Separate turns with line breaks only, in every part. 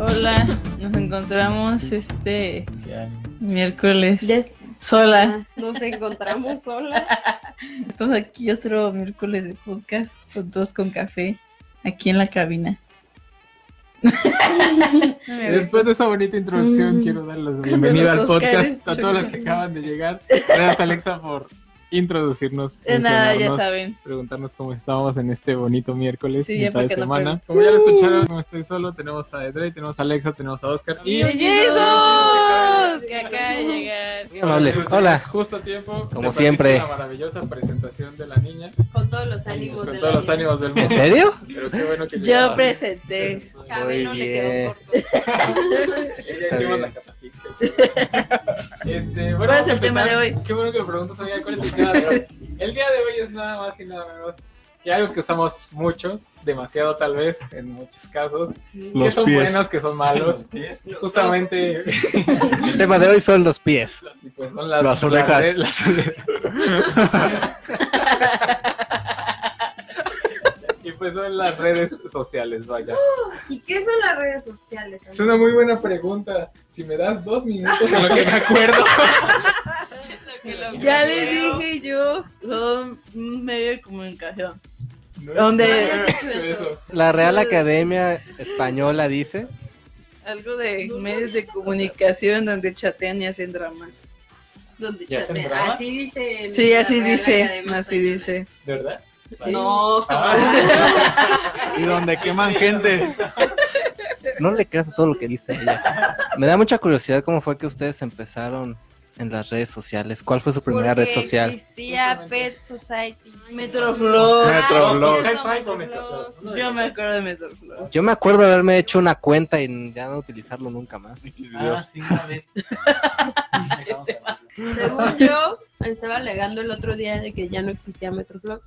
Hola, nos encontramos este miércoles sola.
Ah, Nos encontramos sola.
Estamos aquí otro miércoles de podcast con dos con café aquí en la cabina. No me ves.
Después de esa bonita introducción,
Mm.
quiero dar las
Cuando
bienvenidas al
los Óscares
podcast a todos los que
chocan.
acaban de llegar. Gracias, Alexa, por introducirnos.
De nada, ya
mencionarnos,
saben.
Preguntarnos cómo estábamos en este bonito miércoles,
Sí, ya
mitad
para
de
que no Uh.
semana.
preguntes.
Como ya lo escucharon, no estoy solo. Tenemos a Edrey, tenemos a Alexa, tenemos a Oscar.
¡Y
Y.
Jesús! Que acaba de llegar.
Muy
amables.
amables,
Hola.
pues, Justo a tiempo.
Como
Le partiste
siempre.
La maravillosa presentación de la niña.
Con todos los ánimos.
Con
de
todos los ánimos del
¿En
mundo.
serio?
Pero qué bueno que
Yo
llegaron.
presenté.
Chávez no
Muy
le quedó
bien.
corto.
Ella
Está
lleva
bien.
la catafixia. Este, bueno,
¿Cuál es
vamos a
el tema
empezar.
de hoy?
Qué bueno que lo preguntas, amiga. ¿Cuál es el tema de hoy? El día de hoy es nada más y nada menos que algo que usamos mucho, demasiado tal vez, en muchos casos. que son buenos, que son malos. Justamente,
El tema de hoy son los pies.
y pues son las...
Las orejas.
las- las orejas. y pues son las redes sociales, vaya.
¿Y qué son las redes sociales?
Es una muy buena pregunta. Si me das dos minutos en lo que me acuerdo.
Ya les dije yo, son un medio de comunicación.
No
¿Dónde?
sé,
Nadie ha dicho
eso.
eso.
La Real Academia Española dice.
Algo de medios de comunicación donde chatean y hacen drama.
Donde
Ya.
chatea.
¿Drama?
Así dice.
Sí,
la
así
Real
dice,
Academia
así
Española.
dice.
¿De verdad?
No,
Ah.
Y donde queman gente.
No le creas a todo lo que dice ella. Me da mucha curiosidad cómo fue que ustedes empezaron en las redes sociales. ¿Cuál fue su primera
porque
red social?
Existía
Justamente.
Pet Society.
Metroflor.
Ah,
Metroflog.
Hype Hype
cierto,
o
Metroflog.
Metroflog.
Yo me acuerdo de Metroflor.
Yo me acuerdo de haberme hecho una cuenta y ya no utilizarlo nunca más.
Ah, sí, una vez. Dejamos a-
Según yo, estaba alegando el otro día de que ya no existía Metroflog.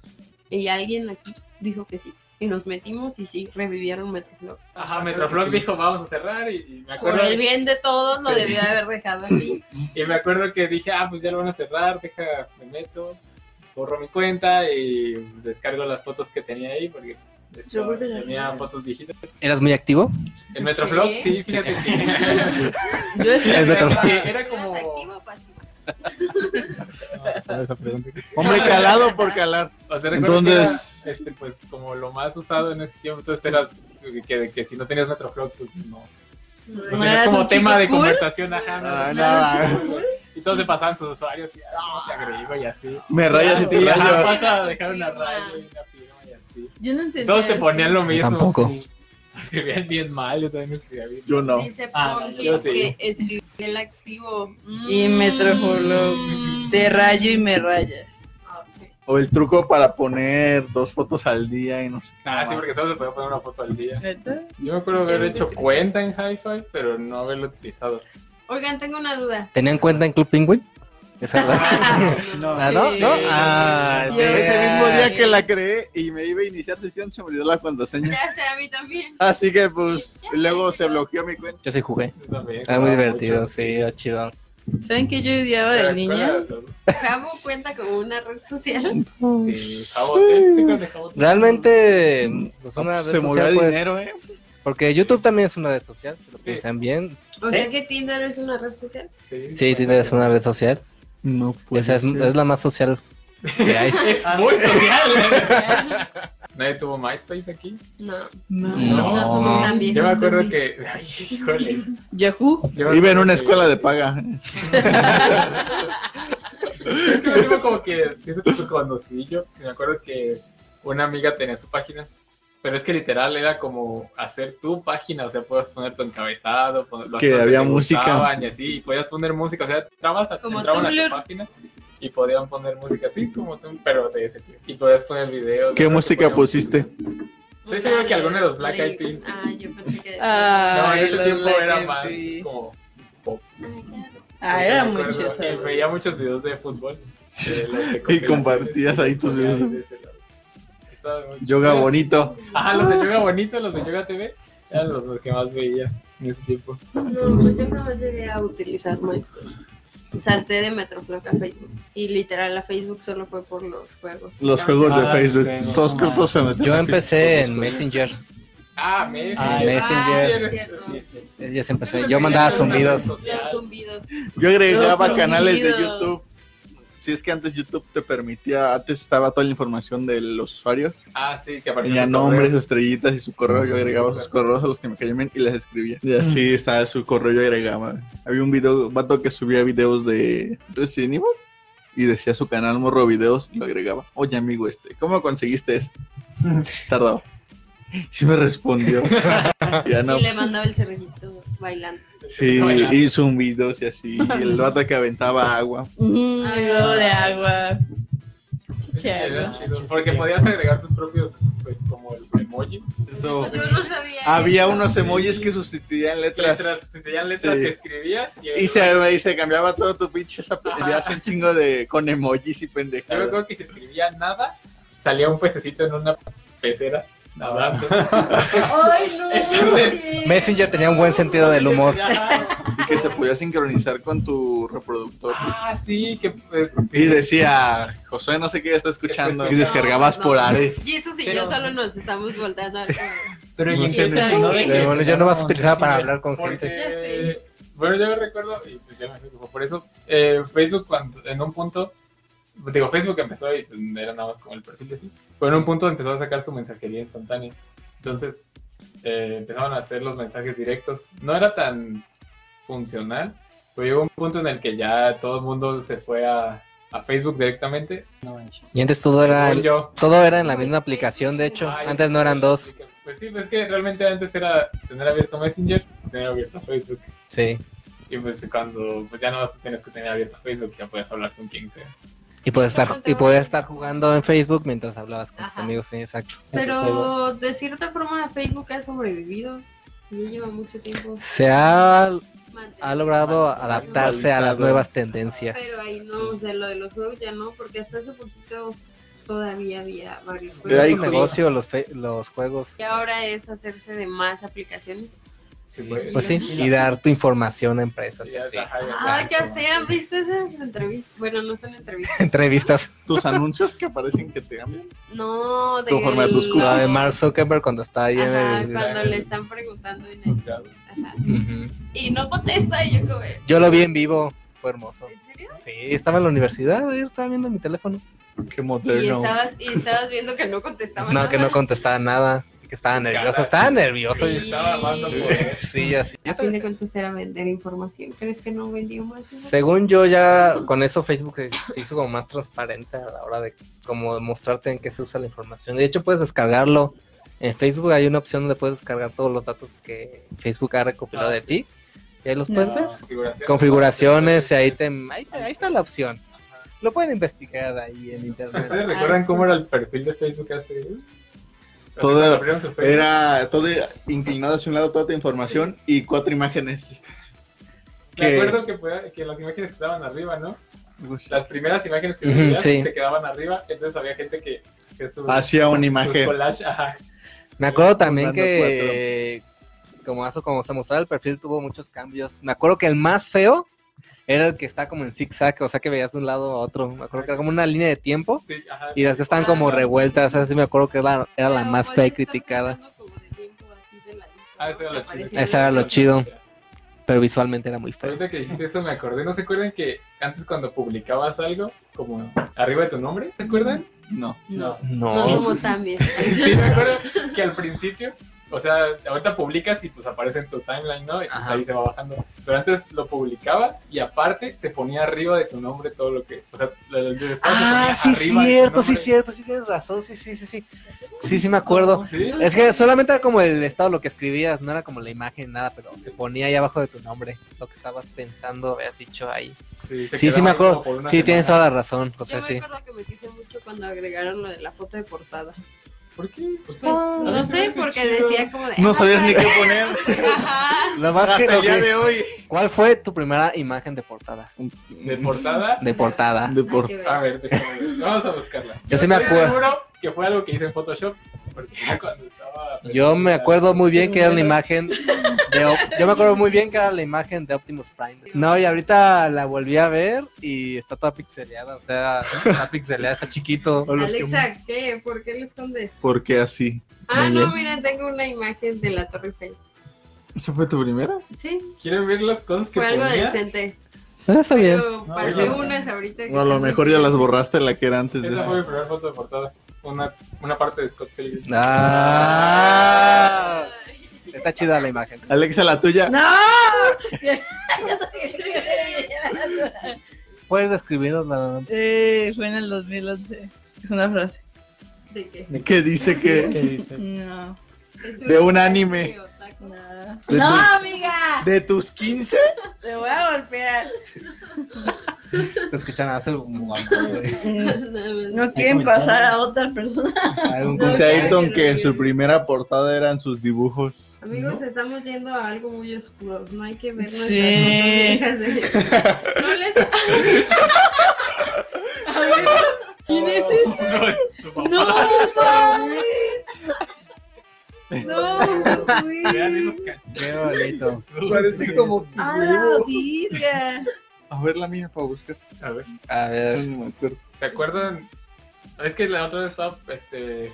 Y alguien aquí dijo que sí. Y nos metimos y sí, revivieron Metroflog.
Ajá, Metroflog Ah, dijo vamos a cerrar y, y me
Por
acuerdo
el bien de todos, lo
Sí.
debió haber dejado así.
y me acuerdo que dije, ah, pues ya lo van a cerrar, deja, me meto, borro mi cuenta y descargo las fotos que tenía ahí porque pues,
Yo
estaba-
voy a la
tenía fotos viejitas.
¿Eras muy activo?
En Metroflog sí, fíjate que
Yo
El Metroflog.
que era como
¿Eras activo o pasivo?
No, ¿sabes esa pregunta?
Hombre calado por calar.
O sea, recuerdo que era,
Entonces-
este, pues como lo más usado en ese tiempo, entonces eras que, que si no tenías Metroflog, pues no.
¿No
No tenías
eras
como
un
tema
chico
de
cool?
conversación, ajá. no,
Ah,
no,
no,
Y todos se pasaban sus usuarios y ah, te agrego y así. Ah,
me rayas y te
Sí, ajá,
rayo.
vas a dejar una raya y una firma y así.
Yo no entendía.
Todos te
eso.
ponían lo mismo.
Tampoco.
sí. Escribían bien mal, yo también escribía bien.
Yo no.
Dice
Ah,
Ponky
yo sí.
que escribió el activo. Mm.
Y Metroflog. Te rayo y me rayas.
O el truco para poner dos fotos al día y no sé.
Ah, sí, porque solo se podía poner una foto al día.
¿Neta?
Yo me acuerdo haber hecho cuenta en Hi-Fi, pero no haberlo utilizado.
Oigan, tengo una duda.
¿Tenían cuenta en Club Penguin? Esa red.
No.
Ah, ¿no? ¿No? Ah,
Yo-
vea.
Ese mismo día que la creé y me iba a iniciar sesión, se me olvidó la contraseña.
Ya sé, a mí también.
Así que pues luego se bloqueó mi cuenta.
Yo sí jugué.
Yo también
Era muy
jugaba
divertido,
mucho.
sí, era chido.
¿Saben que yo odiaba
¿Te
de niña?
acuerdas?
Jabo cuenta como una red social.
Oh,
Sí, Jabotel, ¿sí con el Jabotel?
Realmente pues, una red
se movió
social,
el
pues,
dinero, ¿eh?
porque YouTube también es una red social, si lo
Sí.
piensan bien.
O sea que Tinder es una red social.
Sí,
Sí, Tinder es una red social.
No
Esa es, es la más social que hay.
Es muy social. ¿Nadie tuvo MySpace aquí?
No.
No.
No.
somos tan
Yo me
viejitos,
acuerdo
sí.
que. Ay, híjole.
Yahoo.
Yo me
Iba en
acuerdo
una
que-
escuela de paga. ¿eh?
Es que me acuerdo como que sí se puso conocidillo. Me acuerdo que una amiga tenía su página. Pero es que literal era como hacer tu página, o sea, podías poner tu encabezado, poner las
Que
cosas
había
te
música.
gustaban Y así, y podías poner música, o sea, entrabas a,
Como
entraban a
Tumblr.
tu página y podían poner música así como tú, pero de ese tipo. Y podías poner videos.
¿Qué
¿verdad?
música
Podían-
pusiste?
Estoy seguro que alguno de los Black Eyed Peas.
Ah, yo pensé que.
No, en
Ay,
ese
los
tiempo
Black
era
Eyed
más
Peas.
como
Ah, era
me acuerdo,
mucho
y
eso.
Veía muchos videos de fútbol. de las
Y compartías ahí tus videos.
recopilaciones y los- estaba muy-
Yoga bonito.
Ajá, Ah, los de Yoga Bonito, los de Yoga TV, eran los, los que más veía en ese tiempo.
No, pues yo jamás llegué a utilizar MySpace. Salté de Metroflog a Facebook. Y literal, a Facebook solo fue por los juegos.
Los
Ya.
juegos de
Ah, sí,
Facebook.
no
Todos
mames.
cortos se metieron.
Yo empecé en Messenger.
Ah, Messenger.
Ah,
Messenger.
sí, eres-
Cierto.
sí, sí, sí.
Eh, Yo siempre sé, yo mandaba zumbidos.
Los zumbidos.
Yo agregaba
Los
canales de
sonidos.
YouTube. Si es que antes YouTube te permitía, antes estaba toda la información de los usuarios.
Ah, sí, que aparecía.
Tenía
su
nombres,
correo.
sus estrellitas y su correo. Yo agregaba sus correos a los que me caían bien y les escribía. Y así estaba su correo, yo agregaba. Había un video, un vato que subía videos de Resident Evil y decía su canal Morro Videos y lo agregaba. Oye, amigo, este, ¿cómo conseguiste eso? Tardaba. Sí me respondió. ya no.
y le mandaba el cerrillito bailando.
Sí,
No, ya.
hizo un video y así. y el vato que aventaba agua.
Mm,
Ah.
luego de agua.
Era
Chichero.
chido, Porque podías agregar tus propios, pues, como emojis.
Esto-
Yo no sabía.
Oh. Había
eso.
unos emojis que sustituían letras.
Letras, tenían letras
Sí.
que escribías. Y,
Y se, y se cambiaba todo tu pinche esa
Ajá.
hace un chingo de con emojis y
Yo
pendejadas.
recuerdo que si escribía nada, salía un pececito en una pecera nadando.
Ay, no.
Entonces,
sí.
Messenger tenía un buen sentido del humor.
Ajá.
Y que se podía sincronizar con tu reproductor.
Ah, sí, que pues,
Y
sí.
decía, Josué, no sé qué está escuchando.
Y
descargabas por
Ares.
Jesús y
Pero-
yo solo nos estamos voltando a
Pero
No
y
sé,
en
no sé.
no de
Pero
que
bueno,
se
yo nomás
daban-
utilizaba para
sí,
hablar con
Porque,
gente.
gente.
bueno, yo recuerdo, y pues ya me fui, como por eso, eh, Facebook cuando, en un punto, digo, Facebook empezó y pues, era nada más como el perfil de sí, pero en un punto empezó a sacar su mensajería instantánea. Entonces eh, empezaron a hacer los mensajes directos. No era tan funcional, pero llegó un punto en el que ya todo el mundo se fue a, a Facebook directamente. No manches.
Y antes todo era,
Según yo.
todo era en la misma aplicación, de hecho.
Ay,
Antes no eran dos.
Pues sí, pues es que realmente antes era tener abierto Messenger, tener abierto Facebook.
Sí.
Y pues cuando pues ya no vas a tener que tener abierto Facebook, ya puedes hablar con quien sea.
Y podías estar, y podías estar jugando en Facebook mientras hablabas con tus
Ajá.
amigos, sí, exacto.
Pero de cierta forma Facebook ha sobrevivido. Y lleva mucho tiempo.
Se ha,
mantenido.
ha logrado adaptarse a las nuevas tendencias.
Pero ahí no, o sea, lo de los juegos ya no, porque hasta hace poquito todavía había varios
Pero
Es
ahí-
juegos.
un negocio, los, fe- los juegos.
Y ahora es hacerse de más aplicaciones.
Sí, pues.
Pues sí, y dar tu información a empresas.
Ya
sí.
está, ajá, ya
Ah,
está.
ya sé, ¿han visto esas entrevistas? Bueno, no son entrevistas.
Entrevistas.
Tus anuncios que parecen que te cambian.
No, de
Conforme a tus
los-
cookies.
La de Mark Zuckerberg cuando está ahí
Ajá,
en el.
cuando le están preguntando en
Pues
eso.
Buscado.
Ajá.
Ujú.
Y no contesta, y yo como, ¿en
Yo lo vi en vivo, fue hermoso.
serio?
Sí, estaba en la universidad, yo estaba viendo mi teléfono.
Qué
Y
moderno.
estabas, y estabas viendo que no contestaba.
No,
nada.
que no contestaba nada, que estaba nervioso,
Carajo.
estaba nervioso.
Soy- estaba armando por-
Sí, así.
A fin de cuentas era vender información. ¿Crees que no vendió más?
Según yo ya con eso Facebook se se hizo como más transparente a la hora de como mostrarte en qué se usa la información. De hecho puedes descargarlo. En Facebook hay una opción donde puedes descargar todos los datos que Facebook ha recopilado
Ah,
de
sí.
ti. Y ahí los
No.
puedes ver.
Ah. Configuraciones.
Configuraciones, y ahí, te, ahí, te- ahí está la opción.
Ajá.
Lo pueden investigar ahí en internet.
¿Ustedes recuerdan
Ah, sí.
cómo era el perfil de Facebook hace? uh?
Todo-
Cuando abrieron su Facebook.
Era todo inclinado hacia un lado toda tu información y cuatro imágenes.
Me
que-
acuerdo que, fue- que las imágenes que estaban arriba, ¿no? Las primeras imágenes que
Ujú,
subías
sí.
te quedaban arriba, entonces había gente que hacía sus,
Hacia una
sus
imagen.
collage, ajá.
Me acuerdo también
Fernando
que como eso, como se mostraba el perfil, tuvo muchos cambios. Me acuerdo que el más feo era el que está como en zigzag, o sea que veías de un lado a otro. Me acuerdo que era como una línea de tiempo
Sí, ajá.
y las que estaban como
Ah,
revueltas, así me acuerdo que era, la- era la
Pero
más
pues
fea y
estamos
criticada,
hablando como de tiempo así de la lista,
Ah, eso era
¿no?
lo chido.
Aparece
Eso era lo
la-
chido. pero visualmente era muy feo.
Ahorita que dijiste eso me acordé, ¿no se acuerdan que antes cuando publicabas algo, como arriba de tu nombre, ¿se acuerdan?
No.
No, no
No,
somos tan bien.
Sí, me acuerdo que al principio, o sea, ahorita publicas y pues aparece en tu timeline, ¿no? Y pues
Ajá.
ahí se va bajando. Pero antes lo publicabas y aparte se ponía arriba de tu nombre todo lo que, o sea, lo- lo del estado se
Ah,
ponía
sí,
arriba de tu
cierto, sí,
nombre.
cierto, sí tienes razón, sí, sí, sí, sí. Sí, sí, me acuerdo.
Sí,
Es que solamente era como el estado lo que escribías, no era como la imagen, nada, pero se ponía ahí abajo de tu nombre, lo que estabas pensando, habías dicho ahí.
sí, se
Sí, sí
quedaba
me
ahí como
acuerdo.
por una
Sí, tienes
semana.
toda la razón, o
Pues
sea,
Yo me
sí.
acuerdo que me quise mucho cuando agregaron lo de la foto de portada.
¿Por qué? Pues, a mí
No
se me
sé,
hace
porque
chido.
decía como de.
No
"Ah,
sabías ni
para-
qué poner.
Ajá.
Lo más que,
Hasta el día
ok,
de hoy.
¿Cuál fue tu primera imagen de portada?
De portada.
De portada.
De por-
Ay, qué
A
bueno.
ver, déjame ver. Vamos a buscarla.
Yo sí me
Estoy
acuerdo.
seguro que fue algo que hice en Photoshop, porque ya cuando estaba película.
Yo me acuerdo muy bien que era la imagen de Op- yo me acuerdo muy bien que era la imagen de Optimus Prime. No, y ahorita la volví a ver y está toda pixeleada, o sea, está pixeleada, está chiquito.
O los que-
Alexa, ¿qué? ¿Por qué le escondes?
¿Por qué así?
Ah,
Muy
no, mira, tengo una imagen de la Torre Eiffel.
¿Esa fue tu primera?
Sí,
¿Quieren ver las cosas que
fue algo
ponía?
decente.
Ah, está bien.
Pero
No,
pasé
bueno.
unas ahorita. que
O a lo
están-
mejor ya las borraste la que era antes de
Esa fue
eso.
mi primera foto de portada. Una, una parte de Scott Pilgrim.
Ah, está chida la imagen.
Alexa, la tuya.
¡No!
Puedes describirnos la
Eh, fue en el 2011. Es una frase.
¿De qué?
Que dice que
dice?
No.
Es
De un anime.
de otaku.
No,
De
¡No,
tu-
amiga.
de tus 15
Te voy a golpear.
te escuchan hacer un guapo, güey.
No,
Mm. No quieren pasar a otra persona.
Algún
No,
dice
consejo.
Ayrton
claro que
que
no.
su primera portada eran sus dibujos.
Amigos, estamos yendo a algo muy oscuro. No hay que ver nuestras
Sí.
fotos viejas de- No les...
A ver, ¿Quién es ese?
ese?
¡No mames! ¡No,
Vean
güey!
esos cachos.
Qué bonito.
Parece como
¡A
que
la virga!
A ver la mía para buscar.
A ver,
A ver,
No me acuerdo.
¿se acuerdan? Es que la otra vez estaba este,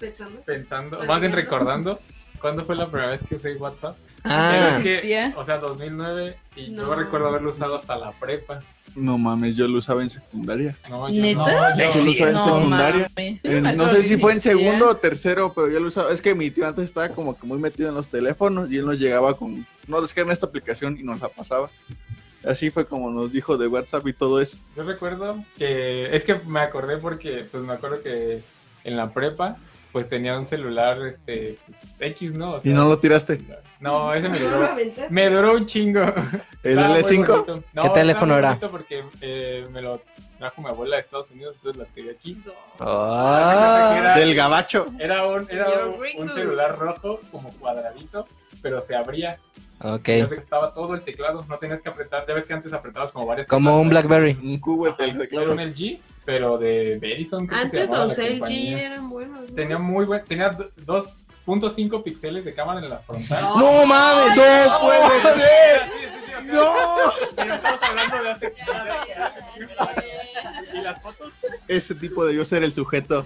Pensando.
pensando, más bien recordando, ¿cuándo fue la primera vez que usé WhatsApp?
ah,
Es que,
Existía.
o sea, 2009, y
No.
yo recuerdo haberlo usado hasta la prepa.
No mames, yo lo usaba en secundaria.
No, yo,
¿Neta?
No, yo-
Tú lo usabas en
No
secundaria.
mames.
En-
me
no
acuerdo
sé si
que
fue en
existía.
segundo o tercero, pero yo lo usaba. Es que mi tío antes estaba como que muy metido en los teléfonos y él nos llegaba con. No descargan esta aplicación y nos la pasaba. Así fue como nos dijo de WhatsApp y todo eso.
Yo recuerdo que es que me acordé porque pues me acuerdo que en la prepa pues tenía un celular este pues, X, ¿no? O
Y
sea,
no lo tiraste.
no, ese me duró. Me duró un chingo.
¿El
Estaba muy
L5?
bonito. No,
¿Qué teléfono era?
estaba muy bonito Porque eh, me lo trajo mi abuela de Estados Unidos, entonces lo tiré aquí.
Ah,
Del gabacho.
Era un, era
Señor
un,
Ringo.
un celular rojo como cuadradito, pero se abría.
ok.
Entonces estaba todo el teclado, no tenías que apretar, ya ves que antes apretabas como varias
Como un
teclas.
Blackberry.
Un cubo,
Ajá,
el
Era
teclado.
un LG, pero de de Edison. creo que se
Antes
llamaba la
los LG
compañía.
eran buenos. ¿no?
Tenía muy buen, tenía do- 2.5 píxeles de cámara en la frontal.
No.
¡No mames!
¡No puede ser!
Sí, sí, sí, o sea,
¡No!
Pero estamos hablando de hace.
Ya,
Y las fotos.
Ese tipo debió ser el sujeto.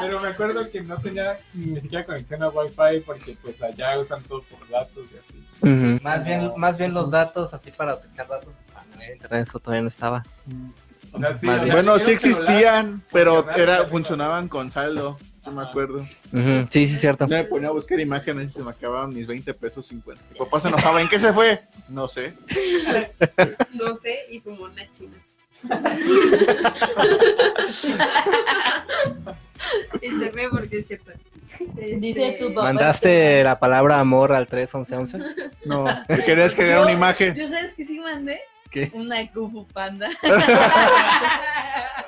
Pero me acuerdo que no tenía ni siquiera conexión a Wi-Fi porque, pues, allá usan todo por datos y así.
Ujú. Más bien, más bien los datos, así para utilizar datos. para el Internet, eso todavía no estaba.
O sea, sí,
Más
o
bien.
sea,
Bueno, sí
era un celular,
existían, pero
funcionaban
era,
perfecto.
funcionaban con saldo. Yo me acuerdo.
Ujú, Sí, sí, cierto.
Yo me ponía a buscar imágenes y se me acababan mis 20 pesos 50. Mi papá se enojaba. ¿En qué se fue? No sé.
No sé, y su mona china. y se ve porque es cierto. Este,
Dice tu papá.
¿Mandaste la palabra amor al 31111?
No. Te querías que era una imagen.
¿Yo sabes que sí mandé?
¿Qué?
Una Kung Fu Panda.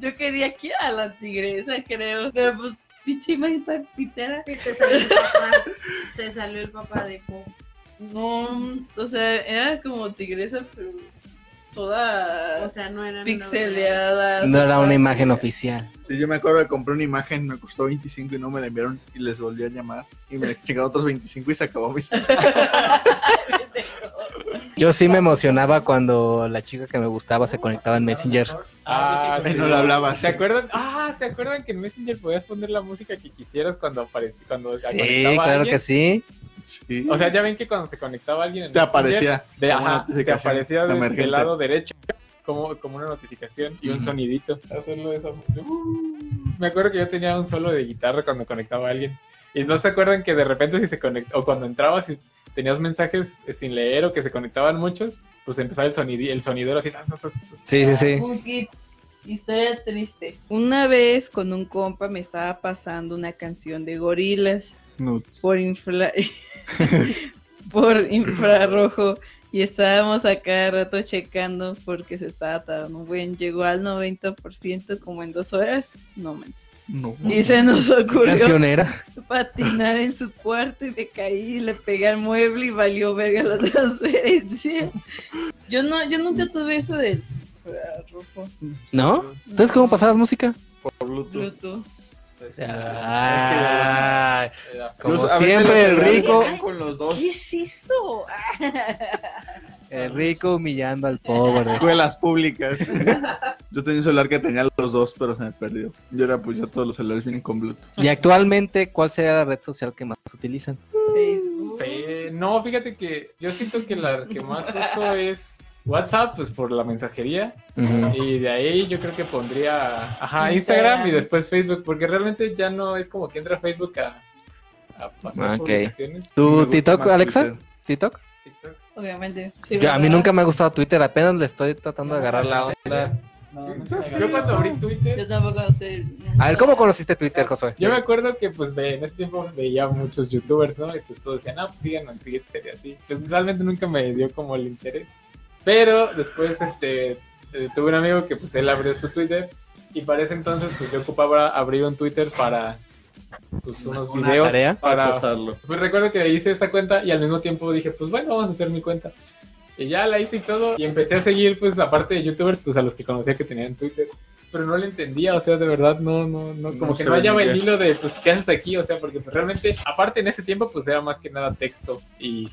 Yo quería aquí a la tigresa, creo. Pero pues, pinche imagen tan pitera.
Y te salió el papá. Te salió el papá de Po.
No, o sea, era como tigresa, pero toda
O sea, no era.
pixeleada.
No era una
toda-
imagen oficial.
Sí, yo me acuerdo que compré una imagen, me costó 25 y no me la enviaron y les volví a llamar. Y me chingaron otros 25 y se acabó mi saldo.
Yo sí me emocionaba cuando la chica que me gustaba se conectaba en Messenger.
Ah, sí.
Y no la hablaba.
¿Se acuerdan? Ah, ¿se acuerdan que en Messenger podías poner la música que quisieras cuando aparecía? Cuando se
Sí,
conectaba
claro
alguien?
que sí.
Sí.
O sea, ya ven que cuando se conectaba alguien en
te
Messenger,
aparecía.
De,
como
ajá, te
notificación
aparecía de-
emergente.
del lado derecho como, como una notificación y un
Ujú.
sonidito. Hacerlo de esa- Uh, me acuerdo que yo tenía un solo de guitarra cuando conectaba a alguien. Y no se acuerdan que de repente si se conectó, o cuando entrabas y tenías mensajes eh, sin leer o que se conectaban muchos, pues empezaba el sonido, el sonidero así. zas, zas, zas.
Sí, sí,
Ah,
sí.
Un kit. Historia triste.
Una vez con un compa me estaba pasando una canción de gorilas
No.
por infla... por infrarrojo y estábamos a cada rato checando porque se estaba tardando un buen. Llegó al 90% como en dos horas. No manches.
no.
Eh,
Y se nos ocurrió
Cancionera.
patinar en su cuarto y me caí y le pegué al mueble y valió verga la transferencia. Yo no, yo nunca tuve eso del infrarrojo.
¿No? Entonces, ¿cómo pasabas música?
Por Bluetooth.
Bluetooth.
Es que-
Ay,
es que- era feo.
como
Luz, a veces
siempre, el
los
rico,
regalan Con los dos.
¿Qué es eso?
el rico humillando al pobre.
Escuelas públicas. Yo tenía un celular que tenía los dos, pero se me perdió. Yo era pues ya todos los celulares vienen con Bluetooth.
Y actualmente, ¿cuál sería la red social que más utilizan?
Facebook.
Fe- No, fíjate que yo siento que la que más uso es WhatsApp, pues por la mensajería.
Ujú.
Y de ahí yo creo que pondría ajá, Instagram,
Instagram.
y después Facebook, porque realmente ya no es como que entra Facebook a, a pasar
Ok.
publicaciones.
Me
¿Tu
gusta
TikTok,
más
Alexa?
Twitter.
¿TikTok?
TikTok.
Obviamente. sí,
Yo, a mí
¿verdad?
nunca me ha gustado Twitter, apenas le estoy tratando de agarrar la onda.
Yo cuando abrí Twitter,
Yo tampoco sé.
A ver, ¿cómo conociste Twitter, Josué?
yo me acuerdo que pues ve- en ese tiempo veía muchos youtubers, ¿no? Y pues todos decían, ah, pues síganos en Twitter y así. Pues realmente nunca me dio como el interés. Pero después este eh, tuve un amigo que pues él abrió su Twitter y para ese entonces pues yo ocupaba abrir un Twitter para pues unos
Una
videos
tarea.
Para
para
usarlo.
Pues recuerdo que hice esa cuenta y al mismo tiempo dije, pues bueno, vamos a hacer mi cuenta. Y ya la hice y todo. Y empecé a seguir, pues aparte de youtubers, pues a los que conocía que tenían Twitter. Pero no lo entendía, o sea, de verdad, no, no, no, como
No
que
se
no hallaba
veía.
el hilo de, pues, ¿qué haces aquí? O sea, porque pues, realmente, aparte en ese tiempo, pues era más que nada texto y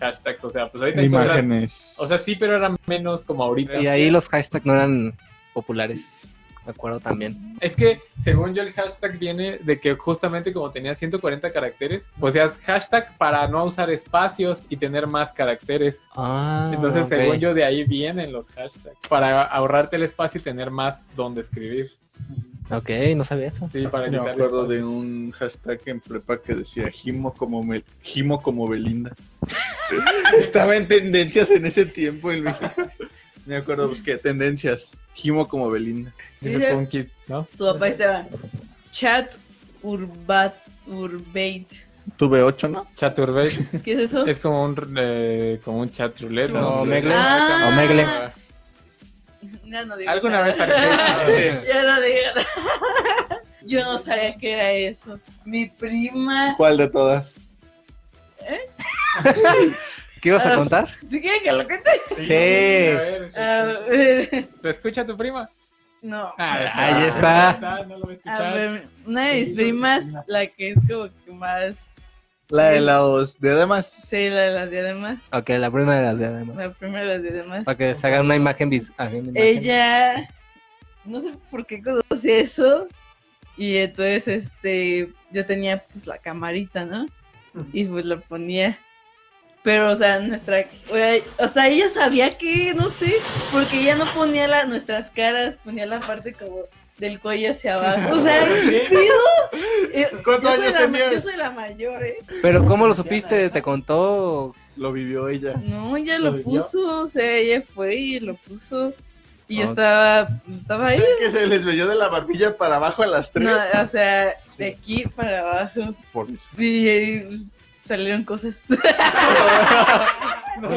hashtags, o sea, pues ahorita encuentras-
Imágenes.
O sea, sí, pero era menos como ahorita.
Y ahí los hashtags no eran populares, me acuerdo también.
Es que, según yo, el hashtag viene de que justamente como tenía 140 caracteres, o sea, es hashtag para no usar espacios y tener más caracteres.
Ah,
Entonces,
ok.
según yo, de ahí vienen los hashtags. Para ahorrarte el espacio y tener más donde escribir.
Ok, no sabía eso.
Sí, para
me
quitar el
acuerdo
espacio.
de un hashtag en prepa que decía Jimo como, Mel- Jimo como Belinda. Estaba en tendencias en ese tiempo en México. Me acuerdo, pues que tendencias. Jimo como Belinda.
Dice
Sí, sí.
Punky, ¿no?
Tu papá Esteban. Chat urbat, urbate.
Tuve ocho, ¿no?
Chaturbate
¿Qué es eso?
es como un, eh, como un chat roulette.
No,
sé.
Omegle.
Ah.
Omegle.
Ya no digo
Alguna
nada.
vez saqué.
Ya no digo nada. Yo no sabía que era eso. Mi prima.
¿Cuál de todas?
¿Qué ibas a contar?
¿Sí quieren que lo cuente?
Sí.
Sí.
A ver,
A ver.
¿Te escucha tu prima? Ah,
No.
Ah, Ahí está.
No lo voy a
A
escuchar.
ver, una de mis primas, la que es como que más.
La de los de damas.
Sí, la de las diademas.
Ok, la primera de las de
La
además.
primera de las diademas.
Para que se hagan una imagen vis- ah, una imagen.
Ella, no sé por qué conocí eso. Y entonces, este, yo tenía pues la camarita, ¿no? Y pues la ponía. Pero, o sea, nuestra, o sea, ella sabía que, no sé, porque ella no ponía la, nuestras caras, ponía la parte como del cuello hacia abajo. O sea, ¿qué pedo? Eh, yo
¿Cuántos
soy
años
la ma-
tenías?
Yo soy la mayor, ¿eh?
Pero ¿cómo lo supiste? ¿Te contó?
Lo vivió ella.
No, ella
¿Lo
lo
vivió?
puso, o sea, ella fue y lo puso. Y yo
Ok.
estaba, pues, estaba ahí,
¿Saben que se les veyó de la barbilla para abajo a las tres?
No, o sea, de aquí para abajo.
Por eso.
Y ahí salieron cosas.
No.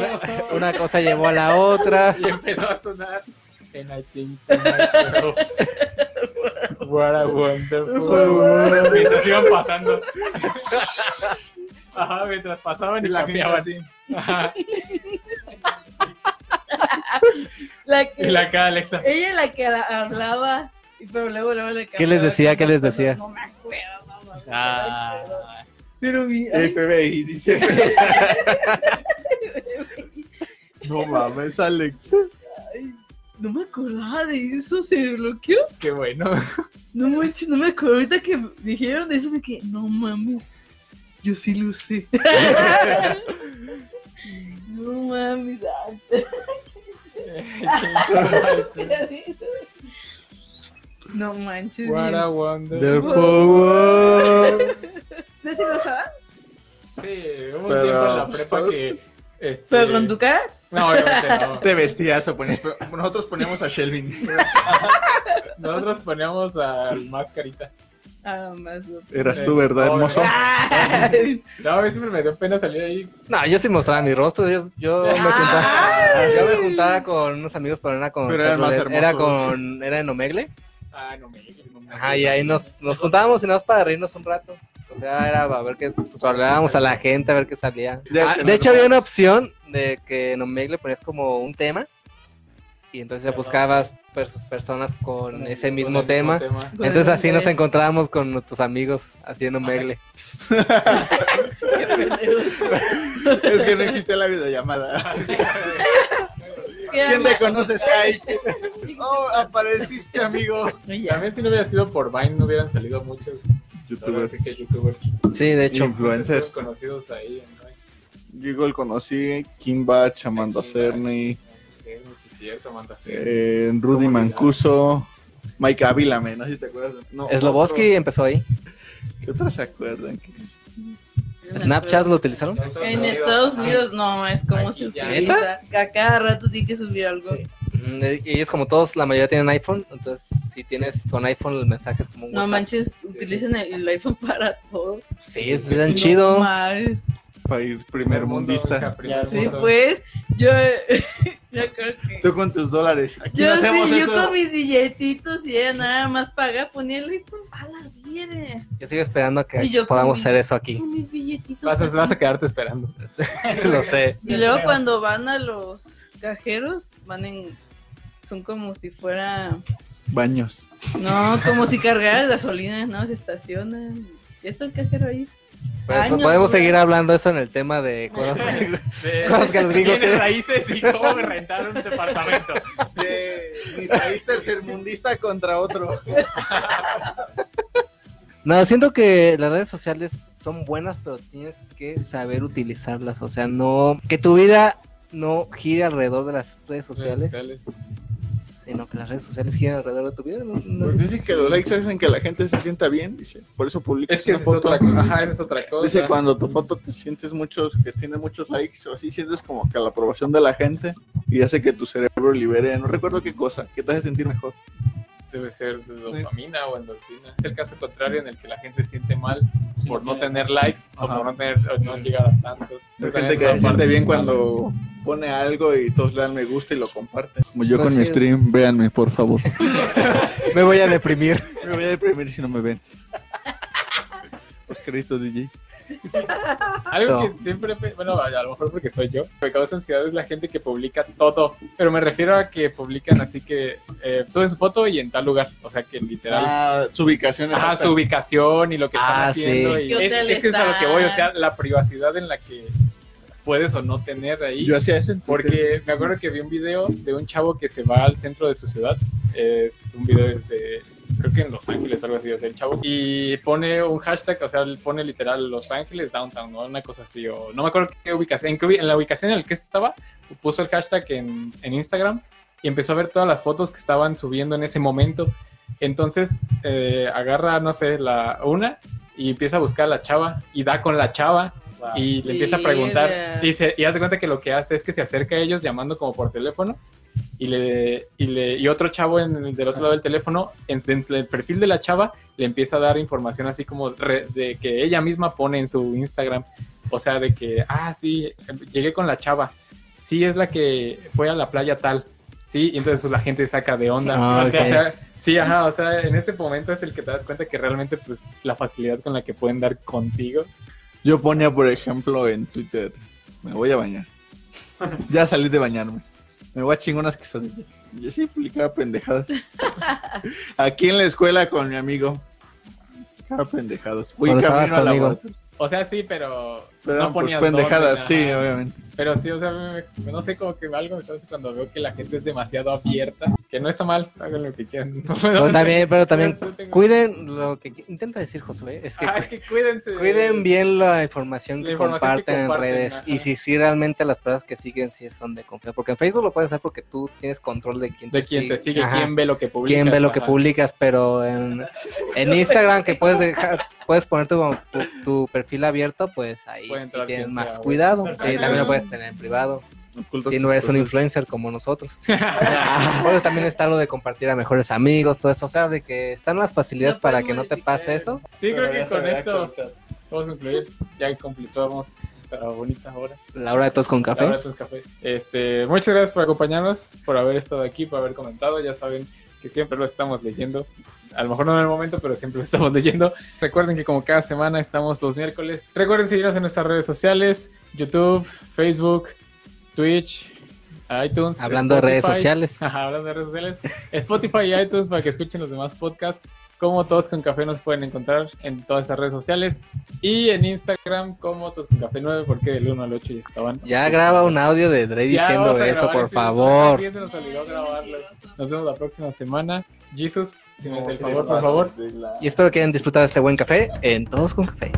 Una cosa llevó a la otra.
Y empezó a sonar. And I think to myself, What a wonderful world. Mientras iban pasando. Ajá, mientras pasaban y
Y la gente
cambiaban.
así.
Ajá,
La que-
Y la cara Alexa.
Ella la que la- hablaba. y Pero luego, luego le
¿Qué les
cambiaba
decía?
el
¿Qué les
tono,
decía?
No me acuerdo. No, me acuerdo, no me acuerdo.
Ah,
Pero mi. ay,
FBI dice. No mames, Alex.
ay, no me acordaba de eso. Se bloqueó.
Qué bueno.
No manches, no me acuerdo. Ahorita que dijeron eso, me quedé. No mames. Yo sí lo sé. no mames. ay, No manches.
What
bien.
a wonderful
The power.
¿Ustedes sí lo saben?
Sí, hubo un
Pero,
tiempo en la
pues,
prepa
todo-
que. este,
Pero con tu cara.
No, obviamente no.
Te vestías o ponías. Nosotros poníamos a Shelvin.
Nosotros poníamos al mascarita.
Ah, más loco.
Eras tú, ¿verdad,
No,
hermoso?
Ay,
No, a mí siempre me dio pena salir ahí.
No, yo sí mostraba mi rostro. Yo, yo me juntaba, yo me juntaba con unos amigos, pero era con.
Pero eran más
era
hermosos.
con. Era en Omegle.
Ah, no me no me-
Ajá, y ahí nos, nos juntábamos y nada más para reírnos un rato. O sea, era a ver qué pues, hablábamos a la gente, a ver qué salía.
Ya
Ah,
te
de
lo
hecho, había
tomas.
una opción de que en Omegle ponías como un tema y entonces ya buscabas pers- personas con ese
Con
mismo
el
tema.
Golden
Entonces así nos
Bears.
encontrábamos con nuestros amigos haciendo megle.
Qué pendejo.
Es que no existe la videollamada.
Es que
¿Quién te
había-
conoce Skype? Oh, apareciste, amigo.
También si no hubiera sido por Vine no hubieran salido muchos ahora sí que youtubers
Sí, de hecho.
Influencers.
conocidos ahí en Vine.
Yo igual conocí Kimba, Chamando Cerny,
Sí, no sé si es cierto, Amanda Cerny.
eh, Rudy Mancuso, Mike Ávila, me- no sé si te acuerdas. de- No,
Sloboski empezó ahí.
otro- ¿Qué otras se acuerdan? que existe?
Snapchat lo utilizaron.
Ya Ah, Estados
En
Unidos,
Estados
Ah,
ajá.
Unidos no, es como
Aquí
se
ya.
utiliza. A cada rato tiene que subir algo.
Sí.
Mm, eh, Y ellos como todos, la mayoría tienen iPhone, entonces si tienes con iPhone el mensaje es como un
No
WhatsApp.
manches, utilizan el iPhone para todo.
Sí, es
Sí,
tan
no
chido.
Mal.
Para ir primer mundista.
hija, primer
Sí,
mundo.
pues, yo, yo creo que...
Tú con tus dólares. Aquí no
Yo
hacemos
sí, yo
eso.
con mis billetitos y ella nada más paga, ponía el iPhone a la mierda.
Yo sigo esperando a que
Y yo
podamos
con-
hacer eso aquí.
Con mis billetitos.
Vas a,
así.
vas a quedarte esperando.
lo sé.
Y luego cuando van a los cajeros, van en... Son como si fuera...
Baños.
No, como si cargaras gasolina, ¿no? Se estacionan. Ya está el cajero ahí.
Por eso
Años
Pues, podemos
dura.
seguir hablando eso en el tema de cosas. Cosas que los gringos
Tiene
tienen.
raíces y cómo rentar un departamento.
De mi país tercermundista contra otro.
No, siento que las redes sociales son buenas, pero tienes que saber utilizarlas. O sea, no que tu vida no gire alrededor de las redes sociales, sino que las redes sociales giren alrededor de tu vida. ¿no? No-
Pues dicen que los likes hacen que la gente se sienta bien, dice. Por eso publicas
Es que
una
esa es otra cosa. Ajá, esa es otra cosa.
Dice cuando tu foto te sientes muchos, que tiene muchos likes o así, sientes como que la aprobación de la gente y hace que tu cerebro libere, no recuerdo qué cosa, que te hace sentir mejor.
Debe ser de dopamina o endorfina. Es el caso contrario en el que la gente se siente mal por no tener likes o
Ajá.
por no, tener, o no llegar a tantos.
Hay
Entonces,
gente
también
que
es
se
una
siente
parte
bien
mala.
cuando pone algo y todos le dan me gusta y lo comparten. Como yo
Pues
con mi
sí.
stream, véanme, por favor.
Me voy a deprimir.
me voy a deprimir si no me ven. Oscarito DJ.
Algo
No.
que siempre, pe- bueno, a a lo mejor porque soy yo, me causa ansiedad es la gente que publica todo, pero me refiero a que publican así que eh, suben su foto y en tal lugar, o sea que literal.
Ah, su ubicación es
Ajá,
alta.
su ubicación y lo que están
Ah,
haciendo.
sí.
Y
¿Qué
es,
hotel
es que es a lo que voy, o sea,
están?
la privacidad en la que puedes o no tener ahí.
Yo hacía eso en Twitter.
Porque me acuerdo que vi un video de un chavo que se va al centro de su ciudad. Es un video desde, creo que en Los Ángeles o algo así, o sea, el chavo. Y pone un hashtag, o sea, él pone literal Los Ángeles Downtown, ¿no? Una cosa así, o no me acuerdo qué ubicación, en, qué ubi- en la ubicación en la que estaba, puso el hashtag en, en Instagram y empezó a ver todas las fotos que estaban subiendo en ese momento. Entonces eh, agarra, no sé, la una y empieza a buscar a la chava y da con la chava y le empieza a preguntar.
Verga.
Y, se, y hace cuenta que lo que hace es que se acerca a ellos llamando como por teléfono. Y, le, y, le, y otro chavo en el- del otro lado del teléfono, en, en el perfil de la chava, le empieza a dar información así como re- de que ella misma pone en su Instagram. O sea, de que, ah, sí, llegué con la chava. Sí, es la que fue a la playa tal. Sí, y entonces pues la gente saca de onda.
Ah,
O sea,
ok.
sí, ajá, o sea, en ese momento es el que te das cuenta que realmente pues la facilidad con la que pueden dar contigo.
Yo ponía, por ejemplo, en Twitter, me voy a bañar. Ya salí de bañarme. Me voy a chingonas quesadillas. Yo sí publicaba pendejadas. Aquí en la escuela con mi amigo. Publicaba pendejadas. Voy
Cuando estabas
camino a la
conmigo.
vuelta.
O sea, sí, pero,
Pero eran,
no
pues,
ponías
pendejadas,
dónde,
sí,
ajá.
obviamente.
Pero sí, o sea, me- me- no sé, como que algo me pasa cuando veo que la gente es demasiado abierta, que no está mal, hagan lo que quieran. No, me
Pero
doy-
también, pero también
Pero tú tengo-
cuiden lo que intenta decir Josué, es que
Ah, es que cuídense.
cuiden bien la información
La
que
información que
comparten en
comparten,
redes
ajá.
y si si realmente las personas que siguen sí son de confianza, porque en Facebook lo puedes hacer porque tú tienes control de quién
De quién te sigue,
Ajá.
quién ve lo que publica.
quién ve lo que publicas, pero en, en Instagram que puedes dejar, puedes poner tu, tu- tu perfil abierto, pues ahí
Puede
sí
entrar
tienes
quien
más
sea,
cuidado.
güey.
Sí, también lo puedes tener en privado.
Ocultas
Si no
tus
eres un
cosas.
influencer como nosotros.
Ah.
Por eso también está lo de compartir a mejores amigos, todo eso. O sea, de que están las facilidades
No
para
puedes
que no te
modificar.
pase eso.
Sí, creo
Pero ya
que con
sabía
esto
actualizar.
vamos a concluir. Ya completamos esta bonita hora.
La hora de todos con
¿Ah,
La hora
café.
de tus cafés. Este, muchas gracias por acompañarnos, por haber estado aquí, por haber comentado. Ya saben que siempre lo estamos leyendo. A lo mejor no en el momento, pero siempre lo estamos leyendo. Recuerden que como cada semana estamos los miércoles. Recuerden seguirnos en nuestras redes sociales, YouTube, Facebook, Twitch, a iTunes.
Hablando de redes
Spotify.
sociales.
Ajá, hablando de redes sociales. Spotify y iTunes para que escuchen los demás podcasts. Como Todos con Café nos pueden encontrar en todas estas redes sociales. Y en Instagram como Todos con Café 9 porque del 1 al 8 ya estaban.
Ya graba un audio de Dre
Ya
diciendo
vamos a
eso,
grabar
por
ese.
favor.
Sí, se nos olvidó grabarlo. Nos vemos la próxima semana. Jesus, si me haces el
Sí,
favor, por
más
favor.
de la-
Y espero que hayan disfrutado este buen café en Todos con Café.